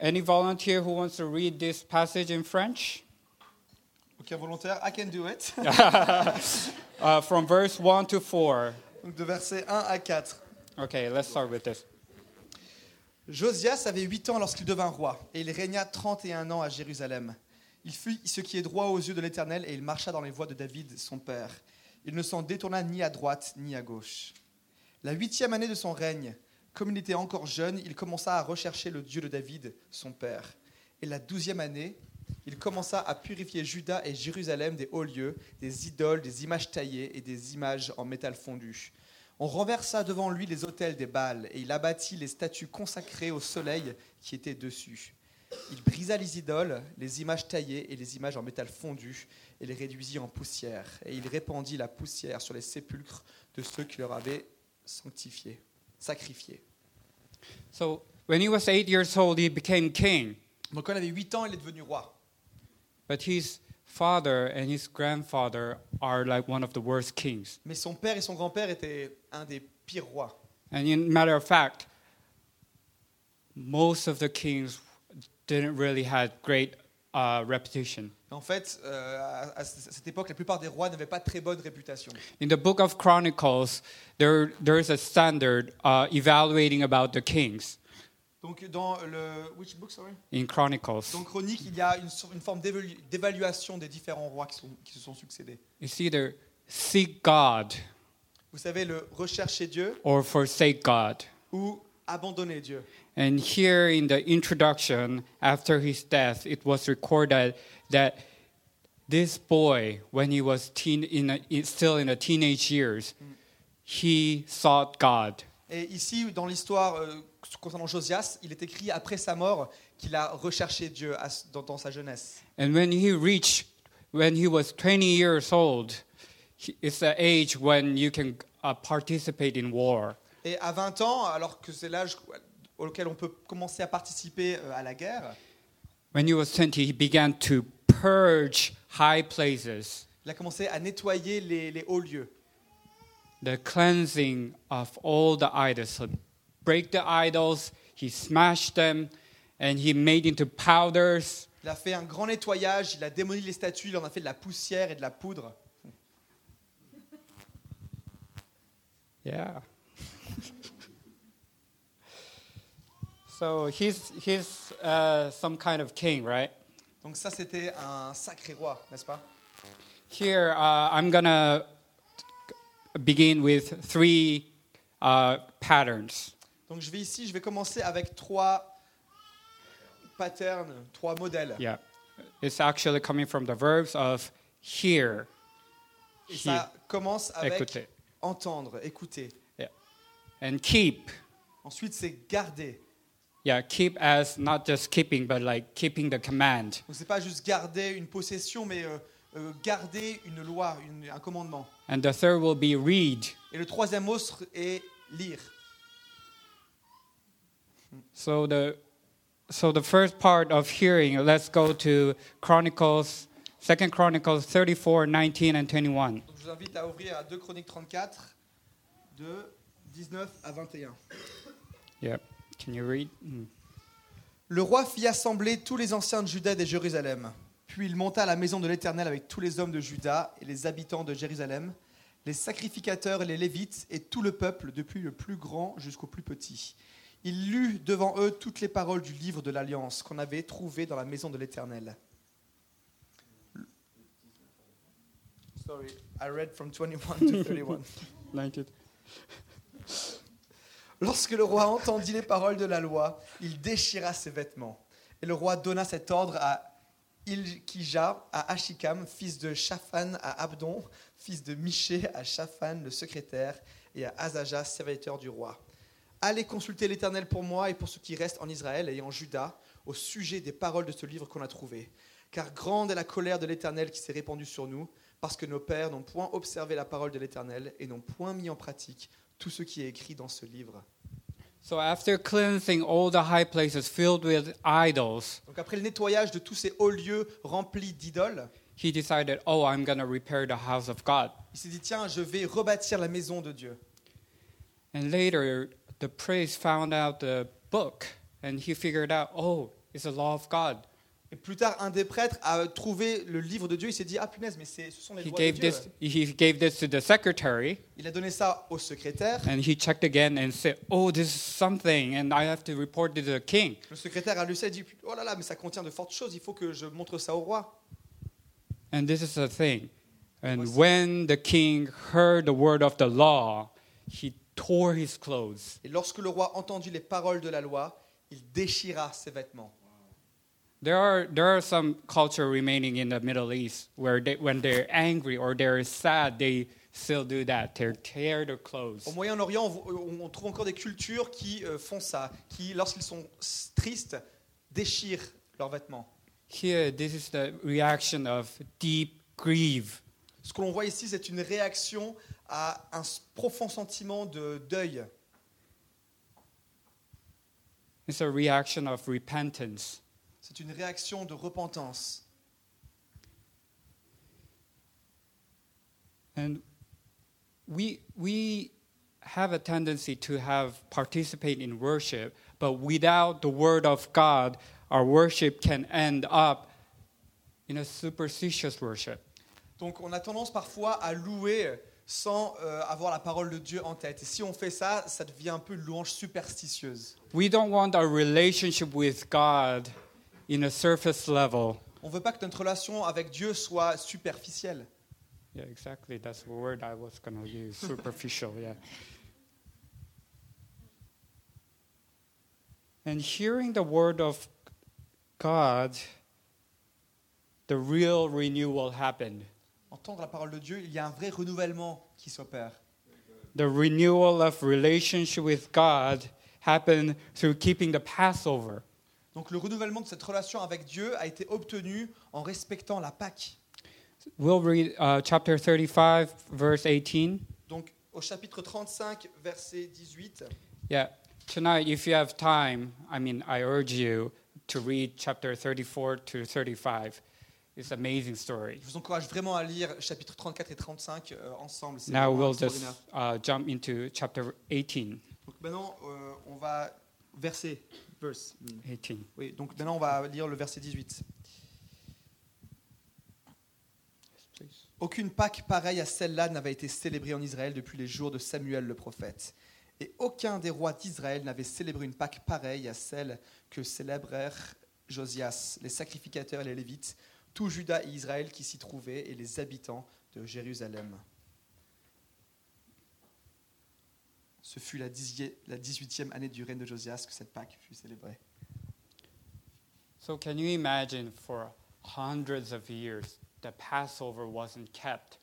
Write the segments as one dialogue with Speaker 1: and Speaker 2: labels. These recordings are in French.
Speaker 1: Any volunteer who wants to read this passage in French?
Speaker 2: Aucun volontaire, I can do it.
Speaker 1: Uh, from verse 1 to 4.
Speaker 2: Donc de versets 1 à 4.
Speaker 1: Okay, let's start with this.
Speaker 2: Josias avait 8 ans lorsqu'il devint roi, et il régna 31 ans à Jérusalem. Il fit ce qui est droit aux yeux de l'Éternel, et il marcha dans les voies de David, son père. Il ne s'en détourna ni à droite ni à gauche. La huitième année de son règne, comme il était encore jeune, il commença à rechercher le Dieu de David, son père. Et la douzième année, il commença à purifier Juda et Jérusalem des hauts lieux, des idoles, des images taillées et des images en métal fondu. On renversa devant lui les autels des Baals, et il abattit les statues consacrées au soleil qui étaient dessus. Il brisa les idoles, les images taillées et les images en métal fondu, et les réduisit en poussière. Et il répandit la poussière sur les sépulcres de ceux qui leur avaient sanctifié, sacrifié.
Speaker 1: So, when he was eight years old, he became king,
Speaker 2: Donc quand il avait 8 ans, il est devenu roi.
Speaker 1: but his father and his grandfather are like one of the worst kings.
Speaker 2: Mais son père et son grand-père étaient un des pires rois.
Speaker 1: And in matter of fact, most of the kings didn't really had great uh, reputation.
Speaker 2: En fait, euh, à, à c- cette époque, la plupart des rois n'avaient pas très bonne réputation.
Speaker 1: In the book of Chronicles, there there is a standard uh, evaluating about the kings
Speaker 2: Donc dans le which book, sorry
Speaker 1: in Chronicles.
Speaker 2: Dans Chronique, il y a une, sor- une forme d'évalu- d'évaluation des différents rois qui, sont- qui se sont succédés.
Speaker 1: It's either seek God
Speaker 2: Vous savez, le rechercher Dieu
Speaker 1: or forsake God.
Speaker 2: ou abandonner Dieu.
Speaker 1: And here in the introduction, after his death, it was recorded that this boy, when he was teen, in a, in- still in the teenage years, he sought God.
Speaker 2: Et ici, dans l'histoire euh, concernant Josias, il est écrit après sa mort qu'il a recherché Dieu à s- dans, dans sa jeunesse.
Speaker 1: And when he reached, when he was 20 years old, he, it's the age when you can uh, participate in war.
Speaker 2: Et à 20 ans, alors que c'est l'âge auquel on peut commencer à participer euh, à la guerre,
Speaker 1: When he was 20, he began to purge high places,
Speaker 2: il a commencé à nettoyer les, les hauts lieux.
Speaker 1: the cleansing of all the idols. So break the idols, he smashed them, and he made into powders.
Speaker 2: Il a fait un grand nettoyage, il a démoli les statues, il en a fait de la poussière et de la poudre.
Speaker 1: Yeah. so he's, he's uh, some kind of king, right?
Speaker 2: Donc ça, c'était un sacré roi, n'est-ce pas
Speaker 1: Here, uh, I'm going to begin with three uh, patterns.
Speaker 2: Donc je vais ici, je vais commencer avec trois patterns, trois modèles.
Speaker 1: Yeah. It's actually coming from the verbs of hear.
Speaker 2: Et ça commence avec
Speaker 1: Écouter.
Speaker 2: entendre, écouter.
Speaker 1: Yeah. And keep.
Speaker 2: Ensuite, c'est garder.
Speaker 1: Yeah, keep as not just keeping, but like keeping the command.
Speaker 2: Donc c'est pas juste garder une possession, mais euh, euh, garder une loi, une- un commandement.
Speaker 1: And the third will be read.
Speaker 2: Et le troisième mot ser- est lire.
Speaker 1: So the so the first part of hearing, let's go to Chronicles, Second Chronicles 34, 19 and 21.
Speaker 2: Donc, je vous invite à ouvrir à 2 Chroniques 34, de 19 à 21.
Speaker 1: Yeah. Can you read? Mm.
Speaker 2: Le roi fit assembler tous les anciens de Juda et de Jérusalem. Puis il monta à la maison de l'Éternel avec tous les hommes de Juda et les habitants de Jérusalem, les sacrificateurs et les lévites et tout le peuple, depuis le plus grand jusqu'au plus petit. Il lut devant eux toutes les paroles du livre de l'Alliance qu'on avait trouvé dans la maison de l'Éternel. Sorry, I read from 21 to 31. Lorsque le roi entendit les paroles de la loi, il déchira ses vêtements. Et le roi donna cet ordre à Ilkija, à Ashikam, fils de Shaphan, à Abdon, fils de Miché, à Shaphan, le secrétaire, et à Azaja, serviteur du roi. Allez consulter l'Éternel pour moi et pour ce qui reste en Israël et en Juda au sujet des paroles de ce livre qu'on a trouvé. Car grande est la colère de l'Éternel qui s'est répandue sur nous, parce que nos pères n'ont point observé la parole de l'Éternel et n'ont point mis en pratique tout ce qui est écrit dans ce livre.
Speaker 1: So after cleansing all the high places filled with idols,
Speaker 2: Donc après le nettoyage de tous ces hauts lieux remplis d'idoles,
Speaker 1: he decided, "Oh, I'm going to repair the house of God."
Speaker 2: il s'est dit tiens, je vais rebâtir la maison de Dieu.
Speaker 1: And later, the priest found out the book, and he figured out, "Oh, It's a law of God.
Speaker 2: Et plus tard, un des prêtres a trouvé le livre de Dieu. Il s'est dit Ah, punaise, mais c'est- ce sont les
Speaker 1: He
Speaker 2: lois de
Speaker 1: gave
Speaker 2: Dieu.
Speaker 1: this. He gave this to the secretary,
Speaker 2: Il a donné ça au secrétaire.
Speaker 1: and he checked again and said, "Oh, this is something, and I have to report to the king."
Speaker 2: Le secrétaire a lu ça et dit Oh là là, mais ça contient de fortes choses. Il faut que je montre ça au roi.
Speaker 1: And this is the thing.
Speaker 2: What's-
Speaker 1: And when the king heard the word of the law, he tore his clothes.
Speaker 2: Et lorsque le roi entendit les paroles de la loi, il déchira ses vêtements.
Speaker 1: There are there are some culture remaining in the Middle East where they, when they're angry or they're sad, they still do that. They tear their clothes.
Speaker 2: Au Moyen-Orient, on vo- on, on trouve encore des cultures qui euh, font ça, qui, lorsqu'ils sont s- tristes, déchirent leurs vêtements.
Speaker 1: Here, this is the reaction of deep grief.
Speaker 2: Ce que l'on voit ici, c'est une réaction à un s- profond sentiment de deuil.
Speaker 1: It's a reaction of repentance.
Speaker 2: C'est une réaction de repentance.
Speaker 1: And we, we have a tendency to have participate in worship, but without the word of God, our worship can end up in a superstitious worship.
Speaker 2: Donc on a tendance parfois à louer sans euh, avoir la parole de Dieu en tête. Et si on fait ça, ça devient un peu une louange superstitieuse.
Speaker 1: We don't want our relationship with God in a surface level.
Speaker 2: On veut pas que notre relation avec Dieu soit superficielle.
Speaker 1: Yeah, exactly. That's the word I was going to use superficial, yeah. And hearing the word of God, the real renewal happened.
Speaker 2: Entendre la parole de Dieu, il y a un vrai renouvellement qui s'opère.
Speaker 1: The renewal of relationship with God happened through keeping the Passover.
Speaker 2: Donc le renouvellement de cette relation avec Dieu a été obtenu en respectant la Pâque.
Speaker 1: We'll read uh, chapter 35, verse 18.
Speaker 2: Donc au chapitre 35, verset 18.
Speaker 1: Yeah. Tonight, if you have time, I mean, I urge you to read chapter 34 to 35. It's an amazing story.
Speaker 2: Je vous encourage vraiment à lire chapitre 34 et 35 euh, ensemble. C'est
Speaker 1: Now
Speaker 2: vraiment
Speaker 1: we'll just
Speaker 2: extraordinaire.
Speaker 1: uh, jump into chapter 18.
Speaker 2: Donc maintenant, euh, on va verser. Verse. Mm.
Speaker 1: 18.
Speaker 2: Oui, donc maintenant, on va lire le verset 18. Aucune Pâque pareille à celle-là n'avait été célébrée en Israël depuis les jours de Samuel le prophète. Et aucun des rois d'Israël n'avait célébré une Pâque pareille à celle que célébrèrent Josias, les sacrificateurs et les Lévites, tout Juda et Israël qui s'y trouvaient et les habitants de Jérusalem. Ce fut la dixié- la 18e année du règne de Josias que cette Pâque fut célébrée.
Speaker 1: So, can you imagine for hundreds of years the Passover wasn't kept?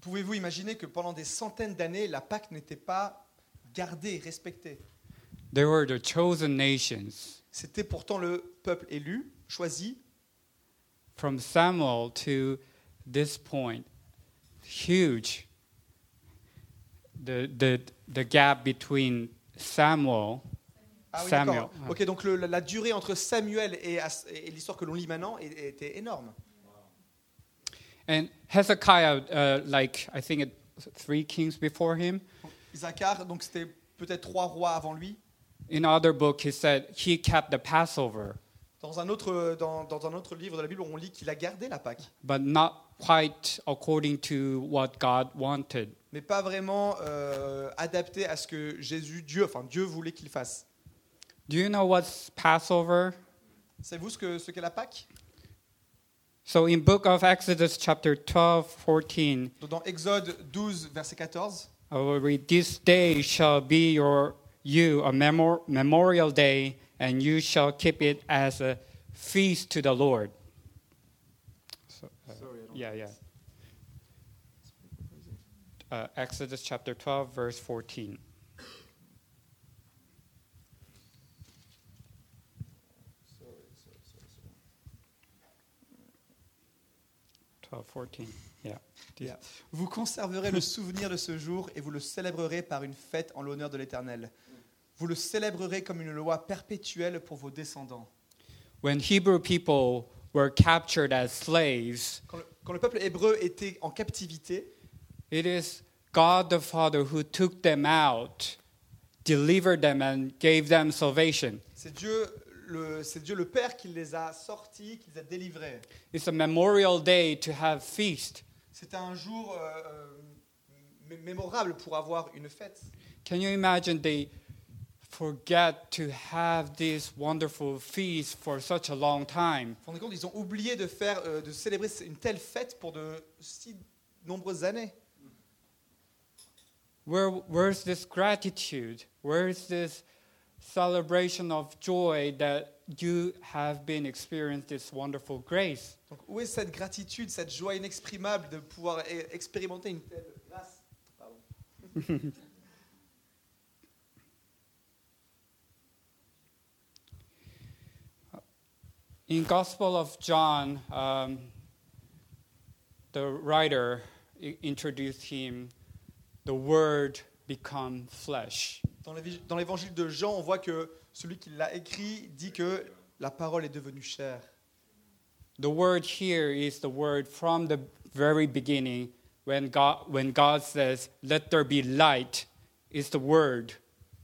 Speaker 2: Pouvez-vous imaginer que pendant des centaines d'années, la Pâque n'était pas gardée, respectée
Speaker 1: They were the chosen nations
Speaker 2: C'était pourtant le peuple élu, choisi.
Speaker 1: from Samuel to this point. Huge. The, the, the gap between Samuel
Speaker 2: Ah oui,
Speaker 1: Samuel.
Speaker 2: d'accord. Ok, donc le- la, la durée entre Samuel et, As- et l'histoire que l'on lit maintenant est- était énorme.
Speaker 1: And Hezekiah, uh, like I think it, three kings before him,
Speaker 2: Donc, Isaacar, donc c'était peut-être trois rois avant lui.
Speaker 1: in other book he said he kept the Passover,
Speaker 2: Dans un, autre, dans, dans un autre livre de la Bible, on lit qu'il a gardé la Pâque,
Speaker 1: but not quite according to what God wanted.
Speaker 2: mais pas vraiment euh, adapté à ce que Jésus, Dieu, enfin Dieu voulait qu'il fasse.
Speaker 1: Do you know what's Passover?
Speaker 2: Savez-vous ce que- ce qu'est la Pâque
Speaker 1: So in book of Exodus chapter 12, 14,
Speaker 2: Donc, Dans Exode 12, verset 14.
Speaker 1: I will read, This day shall be your you a memor- memorial day, and you shall keep it as a feast to the Lord. So, uh,
Speaker 2: Sorry, I don't
Speaker 1: yeah, yeah. Uh, Exodus chapter 12, verse 14. Twelve, fourteen. Yeah.
Speaker 2: Yeah. Vous conserverez le souvenir de ce jour et vous le célébrerez par une fête en l'honneur de l'Éternel. Vous le célébrerez comme une loi perpétuelle pour vos descendants.
Speaker 1: When Hebrew people were captured as slaves,
Speaker 2: Quand le, quand le peuple hébreu était en captivité,
Speaker 1: it is God the Father who took them out, delivered them, and gave them salvation.
Speaker 2: c'est Dieu le- c'est Dieu le Père qui les a sortis, qui les a délivrés.
Speaker 1: It's a memorial day to have feast.
Speaker 2: C'était un jour euh, euh, mé- mémorable pour avoir une fête.
Speaker 1: Can you imagine they forget to have this wonderful feast for such a long time?
Speaker 2: Vous vous rendez compte, ils ont oublié de, faire, euh, de célébrer une telle fête pour de si nombreuses années.
Speaker 1: Where, where's this gratitude? Where's this celebration of joy that you have been experienced this wonderful grace?
Speaker 2: Donc, où est cette gratitude, cette joie inexprimable de pouvoir eh, expérimenter une telle grâce Pardon.
Speaker 1: In Gospel of John, um, the writer i- introduced him, the Word become flesh.
Speaker 2: Dans l'évi- Dans l'évangile de Jean, on voit que celui qui l'a écrit dit que la parole est devenue chère.
Speaker 1: The word here is the word from the very beginning when God, when God says, Let there be light, is the word.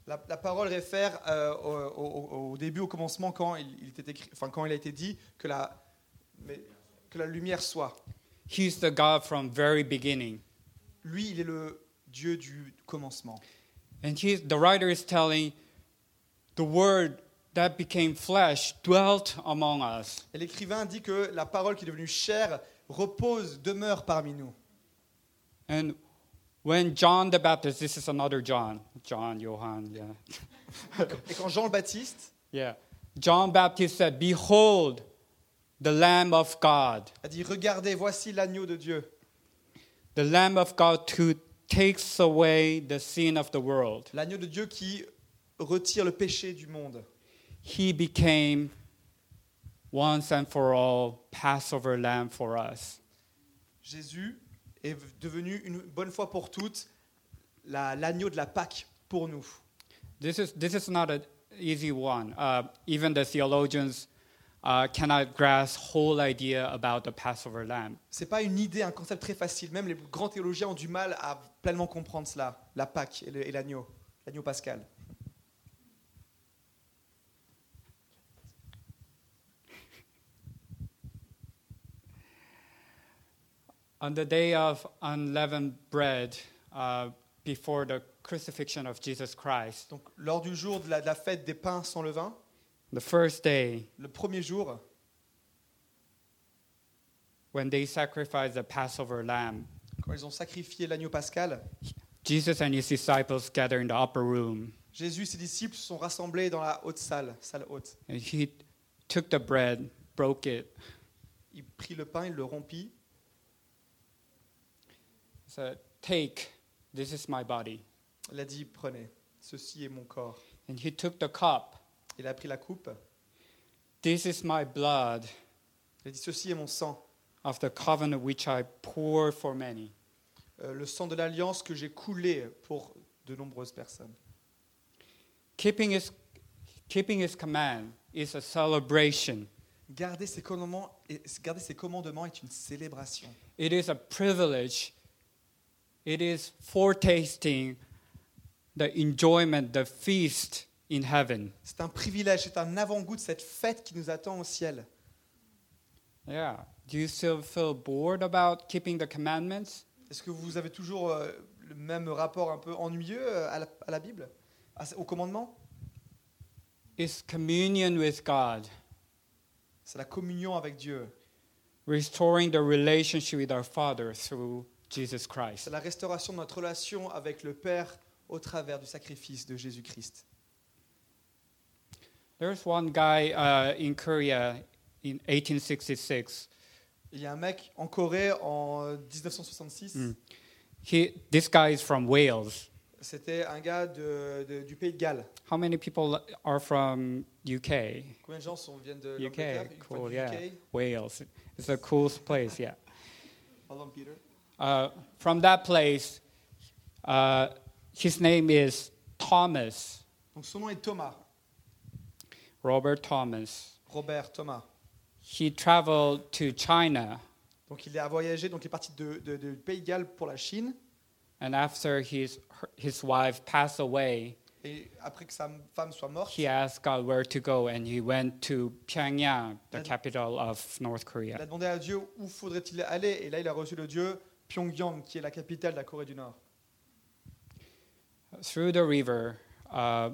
Speaker 2: La, la parole réfère euh, au, au- au début, au commencement, quand il, il était écrit, enfin, quand il a été dit que la, mais- que la lumière soit.
Speaker 1: He's the God from very beginning.
Speaker 2: Lui, il est le Dieu du commencement.
Speaker 1: And he, the writer is telling the word that became flesh dwelt among us.
Speaker 2: Et l'écrivain dit que la parole qui est devenue chère repose, demeure parmi nous.
Speaker 1: And when John the Baptist, this is another John, John, Johann, yeah.
Speaker 2: Et quand Jean le Baptiste
Speaker 1: Yeah. John Baptist said, Behold the Lamb of God.
Speaker 2: a dit Regardez, voici l'agneau de Dieu,
Speaker 1: the Lamb of God who takes away the sin of the world.
Speaker 2: l'agneau de Dieu qui retire le péché du monde.
Speaker 1: He became once and for all Passover lamb for us.
Speaker 2: Jésus est devenu une bonne fois pour toutes la- l'agneau de la Pâque pour nous.
Speaker 1: This is, this is not an easy one. Uh, even the theologians uh, cannot grasp whole idea about the Passover lamb.
Speaker 2: C'est pas une idée, un concept très facile. Même les grands théologiens ont du mal à pleinement comprendre cela, la Pâque et le- et l'agneau, l'agneau pascal.
Speaker 1: On the day of unleavened bread, uh, before the crucifixion of Jesus Christ,
Speaker 2: Donc, lors du jour de la, de la fête des pains sans levain,
Speaker 1: the first day
Speaker 2: le premier jour,
Speaker 1: when they sacrificed the Passover lamb,
Speaker 2: quand ils ont sacrifié l'agneau pascal,
Speaker 1: Jesus and his disciples gather in the upper room.
Speaker 2: Jésus et ses disciples se sont rassemblés dans la haute salle, salle haute.
Speaker 1: And he took the bread, broke it,
Speaker 2: Il prit le pain, il le rompit,
Speaker 1: said, Take, this is my body.
Speaker 2: il a dit Prenez, ceci est mon corps.
Speaker 1: And he took the cup,
Speaker 2: Il a pris la coupe,
Speaker 1: This is my blood
Speaker 2: il a dit Ceci est mon sang,
Speaker 1: of the covenant which I pour for many.
Speaker 2: euh, le sang de l'alliance que j'ai coulé pour de nombreuses personnes.
Speaker 1: Keeping his, keeping his command is a celebration,
Speaker 2: Garder ses commandements, et- garder ses commandements est une célébration.
Speaker 1: it is a privilege, it is foretasting the enjoyment, the feast in heaven.
Speaker 2: C'est un privilège, c'est un avant-goût de cette fête qui nous attend au ciel.
Speaker 1: Yeah. Do you still feel bored about keeping the commandments?
Speaker 2: Est-ce que vous avez toujours euh, le même rapport un peu ennuyeux euh, à la, à la Bible, à- au commandement
Speaker 1: It's communion with God,
Speaker 2: C'est la communion avec Dieu.
Speaker 1: restoring the relationship with our Father through Jesus Christ.
Speaker 2: C'est la restauration de notre relation avec le Père au travers du sacrifice de Jésus-Christ.
Speaker 1: There's one guy uh, in Korea in 1866.
Speaker 2: Il y a un mec en Corée en 1966.
Speaker 1: Mm. He, this guy is from Wales.
Speaker 2: C'était un gars de- de- du Pays de Galles.
Speaker 1: How many people are from UK?
Speaker 2: Combien de gens sont, viennent de l'Angleterre
Speaker 1: UK,
Speaker 2: Ils viennent
Speaker 1: cool,
Speaker 2: du
Speaker 1: yeah.
Speaker 2: UK?
Speaker 1: Wales. It's the coolest place, yeah.
Speaker 2: Pardon, Peter.
Speaker 1: Uh, from that place, uh, his name is Thomas,
Speaker 2: Donc son nom est Thomas,
Speaker 1: Robert Thomas.
Speaker 2: Robert Thomas.
Speaker 1: He traveled to China
Speaker 2: Donc il a voyagé, donc il est parti de- de- du Pays de Galles pour la Chine.
Speaker 1: And after his, her- his wife passed away,
Speaker 2: Et après que sa femme soit morte,
Speaker 1: he asked God where to go, and he went to Pyongyang, the
Speaker 2: That-
Speaker 1: capital of North
Speaker 2: il a
Speaker 1: Korea.
Speaker 2: demandé à Dieu où faudrait-il aller. Et là, il a reçu le dieu Pyongyang, qui est la capitale de la Corée du Nord.
Speaker 1: Through the river, uh,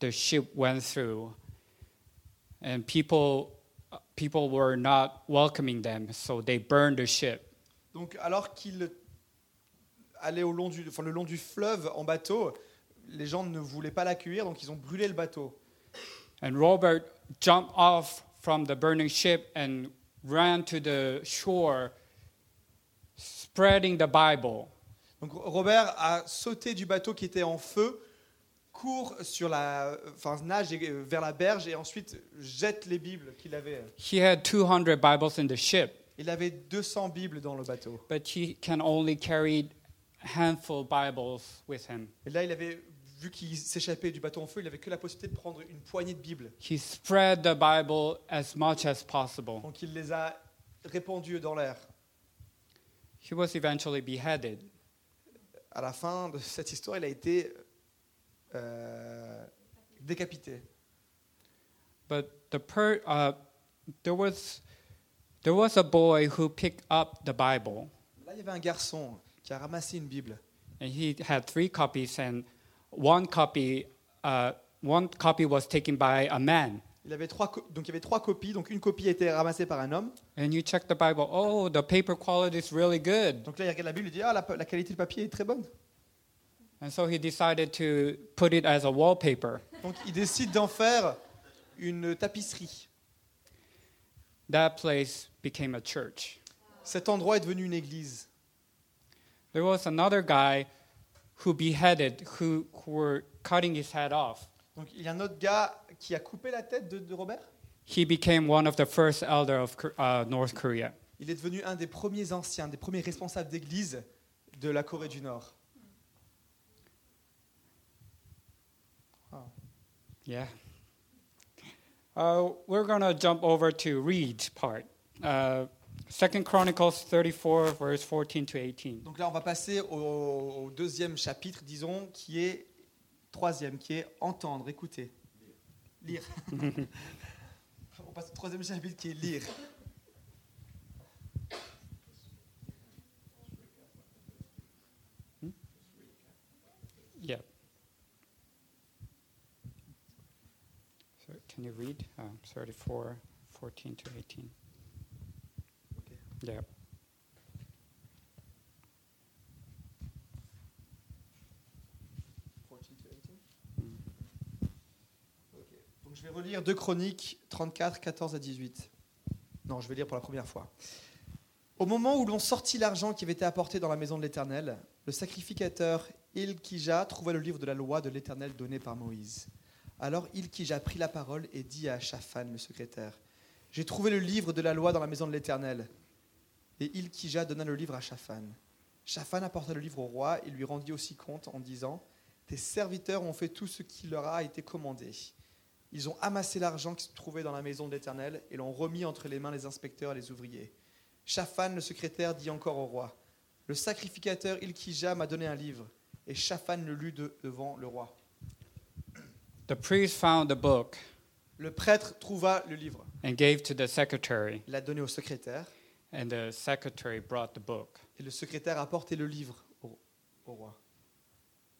Speaker 1: the ship went through, and people people were not welcoming them, so they burned the ship.
Speaker 2: Donc, alors qu'il allait au long du, enfin, le long du fleuve en bateau, les gens ne voulaient pas l'accueillir, donc ils ont brûlé le bateau.
Speaker 1: And Robert jumped off from the burning ship and ran to the shore, spreading the Bible.
Speaker 2: Donc Robert a sauté du bateau qui était en feu, court sur la, enfin nage euh, vers la berge et ensuite jette les bibles qu'il avait.
Speaker 1: He had 200 Bibles in the ship,
Speaker 2: Il avait 200 bibles dans le bateau.
Speaker 1: but he can only carry handful Bibles with him.
Speaker 2: Et là, il avait vu qu'il s'échappait du bateau en feu, il avait que la possibilité de prendre une poignée de bibles.
Speaker 1: He spread the Bible as much as possible.
Speaker 2: Donc il les a répandues dans l'air.
Speaker 1: He was eventually beheaded.
Speaker 2: À la fin de cette histoire, il a été euh, décapité.
Speaker 1: But the per, uh, there was there was a boy who picked up the Bible,
Speaker 2: Là, il y avait un garçon qui a ramassé une bible.
Speaker 1: and he had three copies, and one copy uh, one copy was taken by a man.
Speaker 2: Il avait trois, co- donc il y avait trois copies. Donc une copie a été ramassée par un homme.
Speaker 1: And you check the Bible. Oh, the paper quality is really good.
Speaker 2: Donc là, il regarde la Bible, il dit Ah, la, la qualité du papier est très bonne.
Speaker 1: And so he decided to put it as a wallpaper.
Speaker 2: Donc il décide d'en faire une tapisserie.
Speaker 1: That place became a church.
Speaker 2: Cet endroit est devenu une église.
Speaker 1: There was another guy who beheaded, who, who were cutting his head off.
Speaker 2: Donc il y a un autre gars qui a coupé la tête de, de Robert.
Speaker 1: He became one of the first elder of Kor- uh, North Korea.
Speaker 2: Il est devenu un des premiers anciens, des premiers responsables d'église de la Corée du Nord.
Speaker 1: Yeah. Uh, we're gonna jump over to read part. Uh, Second Chronicles 34, verse 14 to 18.
Speaker 2: Donc là, on va passer au, au deuxième chapitre, disons, qui est troisième, qui est entendre, écouter, lire. on passe au troisième chapitre qui est lire.
Speaker 1: Yeah. So can you read um, 34, 14 to 18?
Speaker 2: Okay.
Speaker 1: Yeah.
Speaker 2: Ok. Donc je vais relire 2 Chroniques 34, 14 à 18. Non, je vais lire pour la première fois. Au moment où l'on sortit l'argent qui avait été apporté dans la maison de l'Éternel, le sacrificateur Ilkija trouva le livre de la loi de l'Éternel donné par Moïse. Alors Ilkija prit la parole et dit à Shaphan, le secrétaire, J'ai trouvé le livre de la loi dans la maison de l'Éternel. Et Ilkija donna le livre à Shaphan. Shaphan apporta le livre au roi et lui rendit aussi compte en disant Tes serviteurs ont fait tout ce qui leur a été commandé. Ils ont amassé l'argent qui se trouvait dans la maison de l'Éternel et l'ont remis entre les mains des inspecteurs et des ouvriers. Shaphan, le secrétaire, dit encore au roi Le sacrificateur Ilkija m'a donné un livre. Et Shaphan le lut de- devant le roi.
Speaker 1: The priest found the book
Speaker 2: Le prêtre trouva le livre,
Speaker 1: and gave to the secretary,
Speaker 2: l'a donné au secrétaire,
Speaker 1: and the secretary brought the book
Speaker 2: et le secrétaire apportait le livre au- au roi.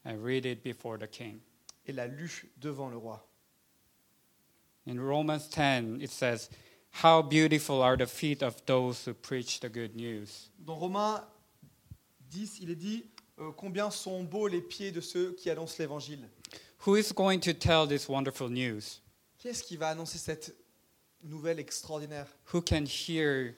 Speaker 1: and read it before the king.
Speaker 2: et l'a lu devant le roi.
Speaker 1: In Romans 10, it says, How beautiful are the feet of those who preach the good news.
Speaker 2: Dans Romains 10, il est dit euh, combien sont beaux les pieds de ceux qui annoncent l'évangile.
Speaker 1: Who is going to tell this wonderful news?
Speaker 2: Qu'est-ce qui va annoncer cette nouvelle extraordinaire
Speaker 1: Who can hear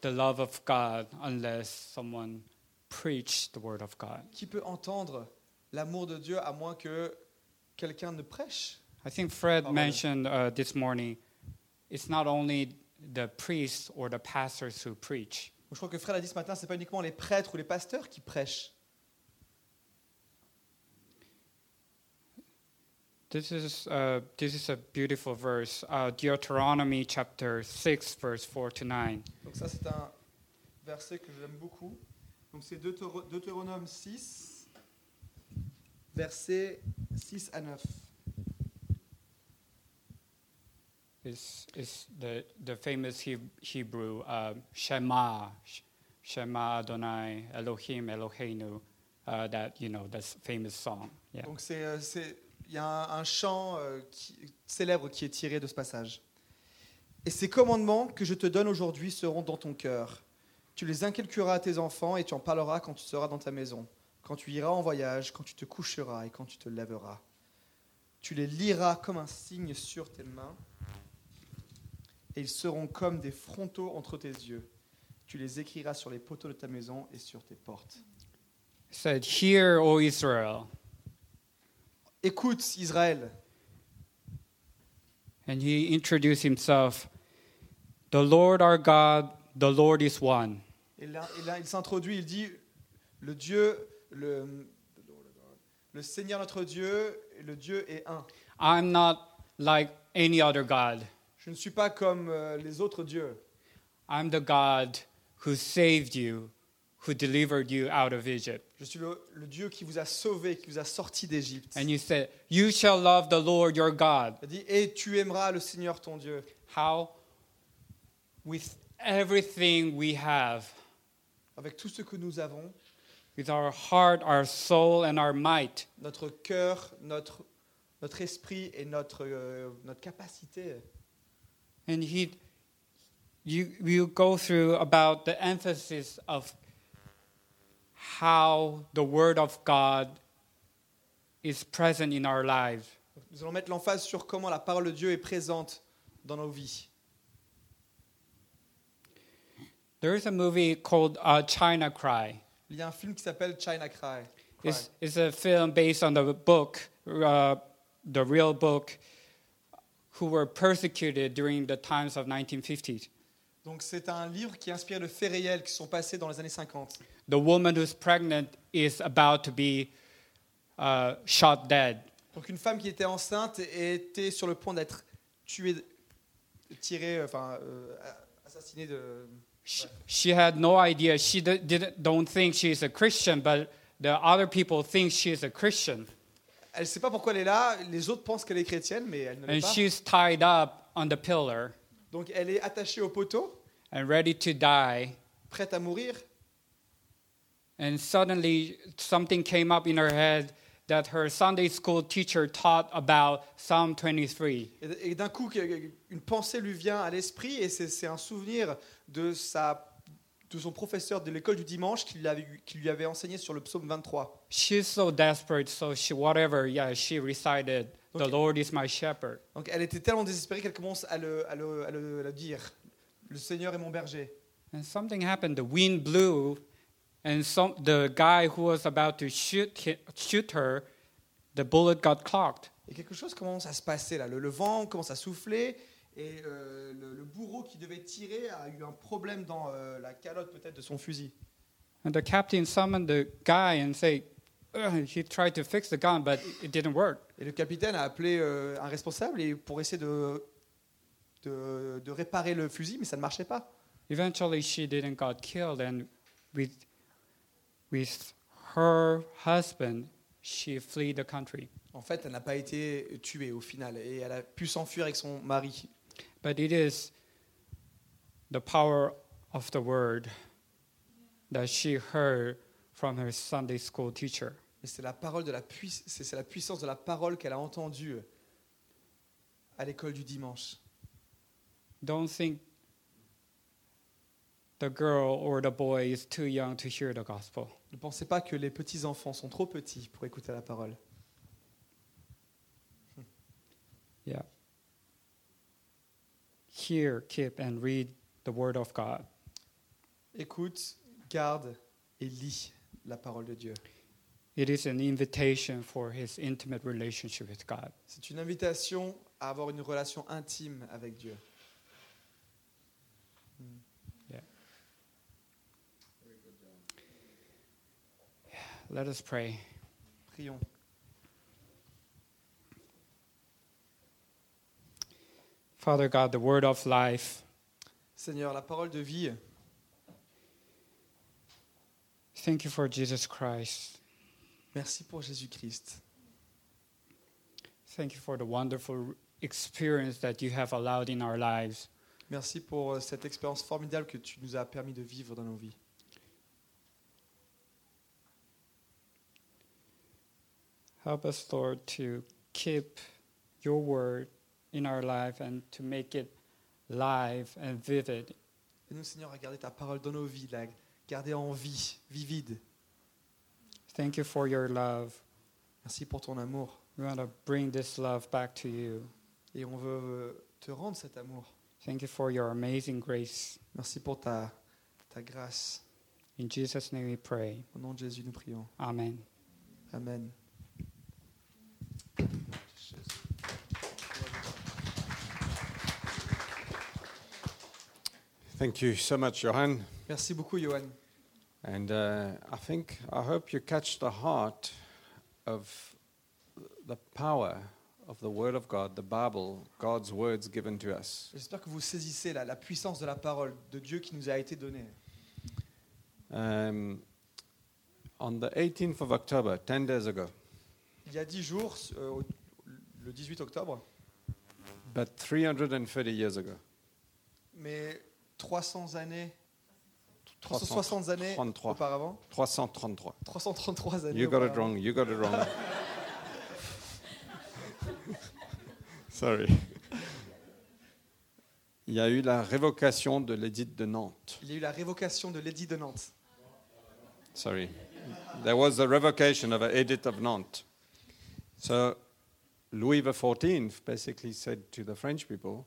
Speaker 1: the love of God unless someone preach the word of God?
Speaker 2: Qui peut entendre l'amour de Dieu à moins que quelqu'un ne prêche
Speaker 1: I think Fred
Speaker 2: Oh, well.
Speaker 1: mentioned uh, this morning it's not only the priests or the pastors who preach.
Speaker 2: Je crois que Frère l'a dit ce matin, c'est pas uniquement les prêtres ou les pasteurs qui prêchent.
Speaker 1: This is, uh, this is a beautiful verse, uh, Deuteronomy chapter 6, verse 4 to 9.
Speaker 2: Donc ça, c'est un verset que j'aime beaucoup. Donc c'est Deutéro- Deutéronome 6, versets 6 à 9.
Speaker 1: It's, it's the, the famous Heb- Hebrew uh, Shema, Sh- Shema Adonai, Elohim, Eloheinu, uh, that, you know, that's famous song. Yeah.
Speaker 2: Donc c'est, euh, c'est- il y a un, un chant euh, qui- célèbre qui est tiré de ce passage. Et ces commandements que je te donne aujourd'hui seront dans ton cœur. Tu les inculqueras à tes enfants et tu en parleras quand tu seras dans ta maison, quand tu iras en voyage, quand tu te coucheras et quand tu te lèveras. Tu les liras comme un signe sur tes mains et ils seront comme des frontaux entre tes yeux. Tu les écriras sur les poteaux de ta maison et sur tes portes.
Speaker 1: It said, Hear, O Israel.
Speaker 2: Écoute, Israël,
Speaker 1: And he introduced himself The Lord our God, the Lord is one.
Speaker 2: Et là, et là, il s'introduit, il dit le Dieu, le, le Seigneur notre Dieu, et le Dieu est un.
Speaker 1: I'm not like any other God.
Speaker 2: Je ne suis pas comme euh, les autres dieux.
Speaker 1: I'm the God who saved you, who delivered you out of Egypt.
Speaker 2: Je suis le, le Dieu qui vous a sauvé, qui vous a sorti d'Égypte.
Speaker 1: And you said, You shall love the Lord your God.
Speaker 2: Il dit et tu aimeras le Seigneur ton Dieu.
Speaker 1: How, with everything we have,
Speaker 2: Avec tout ce que nous avons,
Speaker 1: with our heart, our soul, and our might,
Speaker 2: notre cœur, notre, notre esprit et notre, euh, notre capacité.
Speaker 1: and he, you, you go through about the emphasis of how the Word of God is present in our lives.
Speaker 2: Nous allons mettre l'emphase sur comment la parole de Dieu est présente dans nos vies.
Speaker 1: There is a movie called uh, China Cry.
Speaker 2: Il y a un film qui s'appelle China Cry. Cry.
Speaker 1: It's, it's a film based on the book, uh, the real book, who were persecuted during the times of 1950s.
Speaker 2: Donc c'est un livre qui inspire de faits réels qui sont passés dans les années 50.
Speaker 1: The woman who's pregnant is about to be uh, shot dead.
Speaker 2: Donc une femme qui était enceinte et était sur le point d'être tuée, tirée, enfin euh, assassinée de...
Speaker 1: She, she had no idea. She d- didn't, don't think she is a Christian, but the other people think she is a Christian.
Speaker 2: Elle ne sait pas pourquoi elle est là, les autres pensent qu'elle est chrétienne, mais elle ne l'est
Speaker 1: And
Speaker 2: pas.
Speaker 1: she's tied up on the pillar
Speaker 2: Donc elle est attachée au poteau,
Speaker 1: and ready to die.
Speaker 2: prête à mourir,
Speaker 1: And suddenly, something came up in her head that her Sunday school teacher taught about Psalm 23.
Speaker 2: et, et d'un coup une pensée lui vient à l'esprit, et c'est c'est un souvenir de, sa, de son professeur de l'école du dimanche qui, l'avait- qui lui avait enseigné sur le psaume 23.
Speaker 1: She's so desperate, so she, whatever, yeah, she recited, The
Speaker 2: Okay.
Speaker 1: Lord is my shepherd.
Speaker 2: Donc elle était tellement désespérée qu'elle commence à le, à le- à le- à le dire. Le Seigneur est mon berger.
Speaker 1: And something happened. The wind blew, and some, the guy who was about to shoot, hi- shoot her, the bullet got clogged.
Speaker 2: Et quelque chose commence à se passer là. Le, le vent commence à souffler et euh, le, le bourreau qui devait tirer a eu un problème dans euh, la calotte peut-être de son fusil.
Speaker 1: And the captain summoned the guy and said, he tried to fix the gun, but it- it didn't work.
Speaker 2: Et le capitaine a appelé euh, un responsable et pour essayer de, de, de réparer le fusil, mais ça ne marchait pas.
Speaker 1: Eventually, she didn't got killed, and with with her husband, she fled the country.
Speaker 2: En fait, elle n'a pas été tuée au final et elle a pu s'enfuir avec son mari.
Speaker 1: But it is the power of the word that she heard from her Sunday school teacher.
Speaker 2: Et c'est la parole de la puissance, c'est c'est la puissance de la parole qu'elle a entendue euh, à l'école du dimanche.
Speaker 1: Don't think the girl or the boy is too young to hear the gospel.
Speaker 2: Ne pensez pas que les petits enfants sont trop petits pour écouter la parole.
Speaker 1: Yeah. Hear, keep, and read the word of God.
Speaker 2: Écoute, garde et lis la parole de Dieu.
Speaker 1: It is an invitation for his intimate relationship with God.
Speaker 2: C'est une invitation à avoir une relation intime avec Dieu.
Speaker 1: Let us pray.
Speaker 2: Prions.
Speaker 1: Father God, the word of life,
Speaker 2: Seigneur, la parole de vie,
Speaker 1: thank you for Jesus Christ.
Speaker 2: Merci pour Jésus-Christ.
Speaker 1: Thank you for the wonderful experience that you have allowed in our lives.
Speaker 2: Merci pour euh, cette expérience formidable que tu nous as permis de vivre dans nos vies.
Speaker 1: Help us, Lord, to keep your word in our life and to make it live and vivid.
Speaker 2: Et nous, Seigneur, à garder ta parole dans nos vies, la garder en vie, vivide.
Speaker 1: Thank you for your love.
Speaker 2: Merci pour ton amour.
Speaker 1: We want to bring this love back to you.
Speaker 2: Et on veut euh, te rendre cet amour.
Speaker 1: Thank you for your amazing grace.
Speaker 2: Merci pour ta, ta grâce.
Speaker 1: In Jesus' name we pray.
Speaker 2: Au nom de Jésus, nous prions.
Speaker 1: Amen.
Speaker 2: Amen.
Speaker 3: Thank you so much, Johan.
Speaker 2: Merci beaucoup, Johan.
Speaker 3: And uh, I think, I hope you catch the heart of the power of the Word of God, the Bible, God's words given to us.
Speaker 2: J'espère que vous saisissez la, la puissance de la parole de Dieu qui nous a été donnée.
Speaker 3: Um, on the 18th of October, 10 days ago,
Speaker 2: Il y a dix jours, euh, au- le 18 octobre,
Speaker 3: but 330 years ago,
Speaker 2: mais 300 années,
Speaker 3: 300,
Speaker 2: 360 années
Speaker 3: 33.
Speaker 2: auparavant,
Speaker 3: 333.
Speaker 2: 333 années
Speaker 3: You got it
Speaker 2: auparavant.
Speaker 3: wrong, you got it wrong. Sorry. Il y a eu la révocation de l'édite de Nantes.
Speaker 2: Il y a eu la révocation de l'édit de Nantes.
Speaker 3: Sorry. There was a revocation of an edit of Nantes. So Louis XIV basically said to the French people,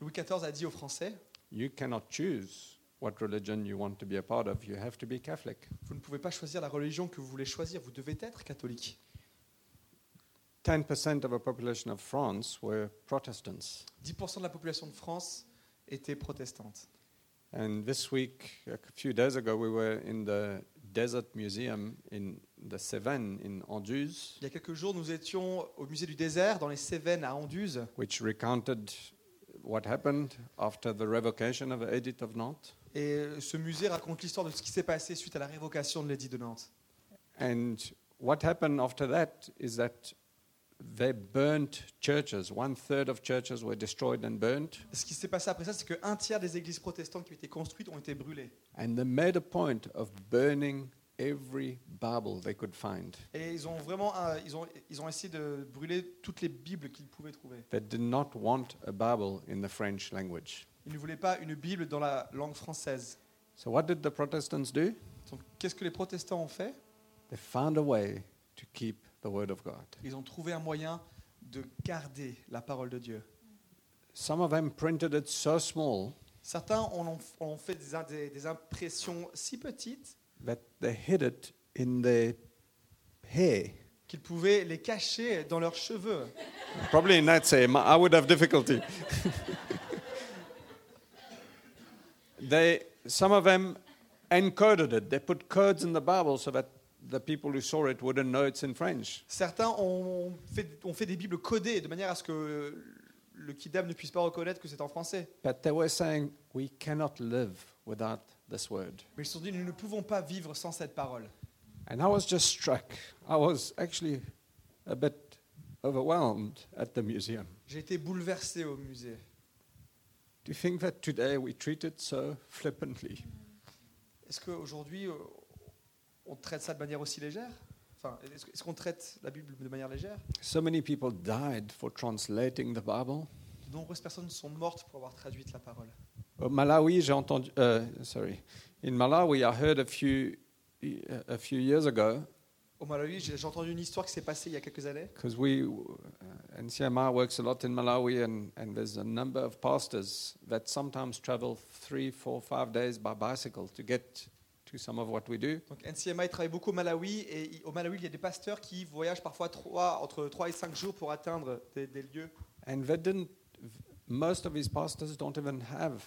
Speaker 2: Louis XIV a dit aux Français,
Speaker 3: you cannot choose what religion you want to be a part of. You have to be Catholic.
Speaker 2: vous ne pouvez pas choisir la religion que vous voulez choisir, vous devez être catholique.
Speaker 3: 10% of the population of France were Protestants.
Speaker 2: 10% de la population de France était protestante.
Speaker 3: And this week, a few days ago, we were in the Desert Museum in the Cévennes in Anduze,
Speaker 2: Il y a quelques jours, nous étions au musée du désert, dans les Cévennes, à Anduze,
Speaker 3: which recounted what happened after the revocation of the Edit of Nantes.
Speaker 2: et ce musée raconte l'histoire de ce qui s'est passé suite à la révocation de l'édit de Nantes.
Speaker 3: And what happened after that is that they burnt churches. One third of churches were destroyed and burnt.
Speaker 2: Ce qui s'est passé après ça, c'est qu'un tiers des églises protestantes qui ont été construites ont été brûlées.
Speaker 3: And they made a point of burning every Bible they could find.
Speaker 2: Et ils ont vraiment, euh, ils ont, ils ont essayé de brûler toutes les Bibles qu'ils pouvaient trouver.
Speaker 3: They did not want a Bible in the French language.
Speaker 2: Ils ne voulaient pas une Bible dans la langue française.
Speaker 3: So, what did the Protestants do?
Speaker 2: Donc, qu'est-ce que les protestants ont fait
Speaker 3: They found a way to keep the Word of God.
Speaker 2: Ils ont trouvé un moyen de garder la parole de Dieu.
Speaker 3: Some of them printed it so small
Speaker 2: Certains en ont, en ont fait des, des- des impressions si petites
Speaker 3: that they hid it in their hair.
Speaker 2: qu'ils pouvaient les cacher dans leurs cheveux.
Speaker 3: Probably in that same, I would have difficulty. they, some of them encoded it. They put codes in the Bible so that the people who saw it wouldn't know it's in French.
Speaker 2: Certains ont fait, ont fait des Bibles codées de manière à ce que le kidam ne puisse pas reconnaître que c'est en français.
Speaker 3: But they were saying, we cannot live without this word.
Speaker 2: Mais ils se sont dit, nous ne pouvons pas vivre sans cette parole.
Speaker 3: And I was just struck. I was actually a bit overwhelmed at the museum.
Speaker 2: J'ai été bouleversé au musée.
Speaker 3: Do you think that today we treat it so flippantly?
Speaker 2: Est-ce qu'aujourd'hui, euh, on traite ça de manière aussi légère Enfin, est-ce que- est-ce qu'on traite la Bible de manière légère
Speaker 3: So many people died for translating the Bible.
Speaker 2: De nombreuses personnes sont mortes pour avoir traduit la parole.
Speaker 3: Au Malawi, j'ai entendu. euh, sorry. In Malawi, I heard a few, a few years ago,
Speaker 2: Au Malawi, j'ai j'ai entendu une histoire qui s'est passée il y a quelques années.
Speaker 3: because we, uh, NCMR works a lot in Malawi, and, and there's a number of pastors that sometimes travel three, four, five days by bicycle to get to some of what we do.
Speaker 2: Donc NCMA il travaille beaucoup au Malawi et il- au Malawi il y a des pasteurs qui voyagent parfois trois- entre 3 et 5 jours pour atteindre des, des lieux.
Speaker 3: And they didn't, most of these pastors don't even have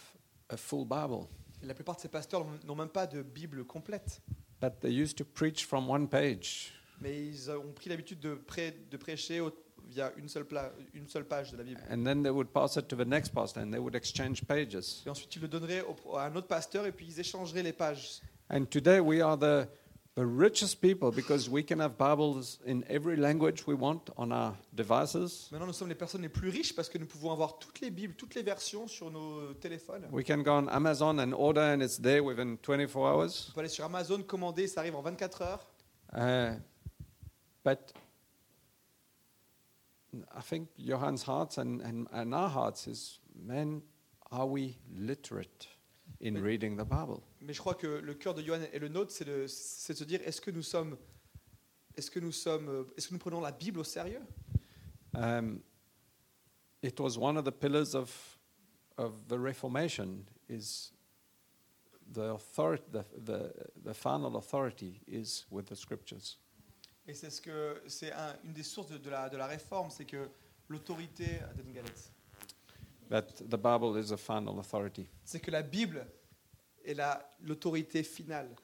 Speaker 3: a full Bible,
Speaker 2: Et la plupart de ces pasteurs n'ont- n'ont même pas de Bible complète,
Speaker 3: but they used to preach from one page.
Speaker 2: mais ils ont pris l'habitude de, prê- de prêcher au- via une seule, pla- une seule page de la Bible.
Speaker 3: And then they would pass it to the next pastor and they would exchange pages.
Speaker 2: Et ensuite ils le donneraient au- à un autre pasteur et puis ils échangeraient les pages.
Speaker 3: And today we are the The richest people, because we can have Bibles in every language we want on our devices.
Speaker 2: Maintenant, nous sommes les personnes les plus riches parce que nous pouvons avoir toutes les Bibles, toutes les versions sur nos téléphones.
Speaker 3: We can go on Amazon and order, and it's there within 24 hours.
Speaker 2: On peut aller sur Amazon, commander, ça arrive en 24 heures.
Speaker 3: Uh, but I think Johan's heart and, and, and our hearts is, man, are we literate in reading the Bible?
Speaker 2: Mais je crois que le cœur de Johan et le nôtre, c'est de, c'est de se dire est-ce que nous sommes, est-ce que nous sommes, euh, est-ce que nous prenons la Bible au sérieux
Speaker 3: Um, it was one of the pillars of, of the Reformation is the, authority, the, the, the final authority is with the scriptures.
Speaker 2: Et c'est ce que c'est un- une des sources de, de la, de la réforme, c'est que l'autorité, Ah, donne une galette.
Speaker 3: That the Bible is a final authority.
Speaker 2: c'est que la Bible est la- l'autorité finale.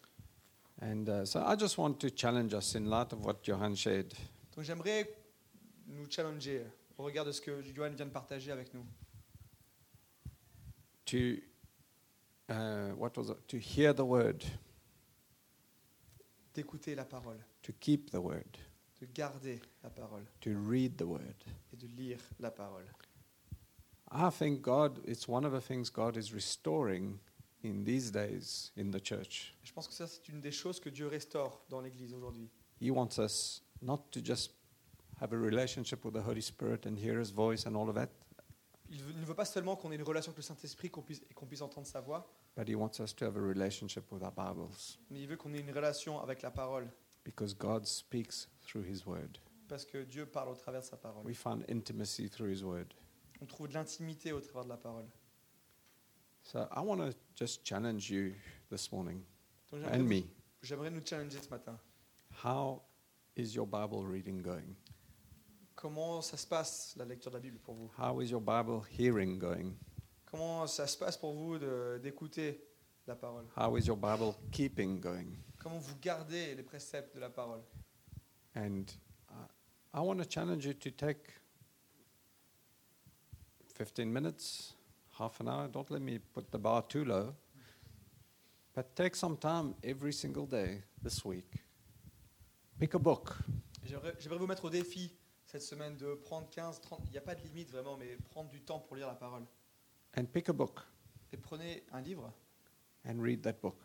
Speaker 3: And uh, so I just want to challenge us in light of what Johan shared.
Speaker 2: Donc j'aimerais nous challenger au regard de ce que Johan vient de partager avec nous,
Speaker 3: to uh, what was it? to hear the word,
Speaker 2: d'écouter la parole,
Speaker 3: to keep the word,
Speaker 2: de garder la parole
Speaker 3: to read the word.
Speaker 2: et de lire la parole.
Speaker 3: I think God, it's one of the things God is restoring in these days in the church.
Speaker 2: Je pense que ça, c'est une des choses que Dieu restaure dans l'Église aujourd'hui.
Speaker 3: He wants us not to just have a relationship with the Holy Spirit and hear His voice and all of that,
Speaker 2: Il veut- il ne veut pas seulement qu'on ait une relation avec le Saint-Esprit qu'on puisse, et qu'on puisse entendre sa voix,
Speaker 3: but He wants us to have a relationship with our Bibles
Speaker 2: mais il veut qu'on ait une relation avec la parole,
Speaker 3: because God speaks through His word.
Speaker 2: parce que Dieu parle au travers de sa parole.
Speaker 3: We find intimacy through His word.
Speaker 2: On trouve de l'intimité au travers de la parole.
Speaker 3: So I want to just challenge you this morning
Speaker 2: Donc j'aimerais
Speaker 3: and
Speaker 2: nous-
Speaker 3: me.
Speaker 2: j'aimerais nous challenger ce matin.
Speaker 3: How is your Bible reading going?
Speaker 2: Comment ça se passe, la lecture de la Bible, pour vous
Speaker 3: How is your Bible hearing going?
Speaker 2: Comment ça se passe pour vous de- d'écouter la parole
Speaker 3: How is your Bible keeping going?
Speaker 2: Comment vous gardez les préceptes de la parole
Speaker 3: And uh, I, I want to challenge you to take 15 minutes, half an hour. Don't let me put the bar too low. But take some time every single day this week. Pick a book.
Speaker 2: J'aimerais j'aimerais vous mettre au défi cette semaine de prendre 15, 30, il n'y a pas de limite vraiment, mais prendre du temps pour lire la parole.
Speaker 3: And pick a book
Speaker 2: Et prenez un livre
Speaker 3: and read that book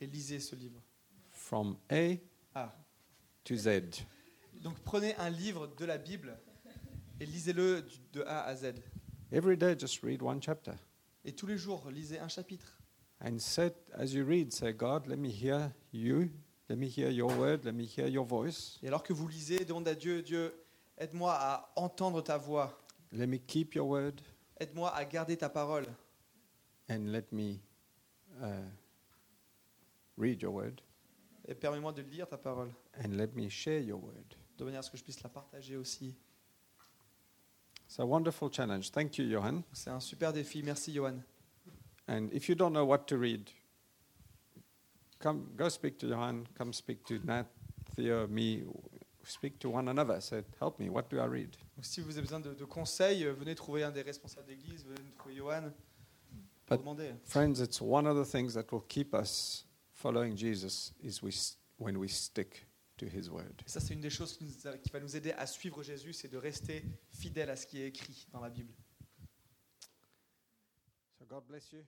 Speaker 2: et lisez ce livre.
Speaker 3: from A
Speaker 2: Ah.
Speaker 3: to Z.
Speaker 2: Donc prenez un livre de la Bible et lisez-le du- de A à Z.
Speaker 3: Every day, just read one chapter.
Speaker 2: Et tous les jours, lisez un chapitre.
Speaker 3: And set, as you read, say, God, let me hear you. Let me hear your word. Let me hear your voice.
Speaker 2: Et alors que vous lisez, demandez à Dieu, Dieu, aide-moi à entendre ta voix,
Speaker 3: Let me keep your word.
Speaker 2: aide-moi à garder ta parole,
Speaker 3: And let me uh, read your word.
Speaker 2: et permets-moi de lire ta parole,
Speaker 3: And let me share your word.
Speaker 2: de manière à ce que je puisse la partager aussi.
Speaker 3: It's a wonderful challenge. Thank you, Johan.
Speaker 2: C'est un super défi, merci Johan.
Speaker 3: And if you don't know what to read, come, go speak to Johan. Come speak to Nat, Theo, me. Speak to one another. Say, help me. What do I read?
Speaker 2: Donc, si vous avez besoin de, de conseils, euh, venez trouver un des responsables d'église, venez trouver Johan
Speaker 3: Pas-
Speaker 2: pour demander.
Speaker 3: Friends, it's one of the things that will keep us following Jesus is we, s- when we stick to his word.
Speaker 2: Et ça, c'est une des choses qui, nous a- qui va nous aider à suivre Jésus, c'est de rester fidèle à ce qui est écrit dans la Bible.
Speaker 3: So God bless you.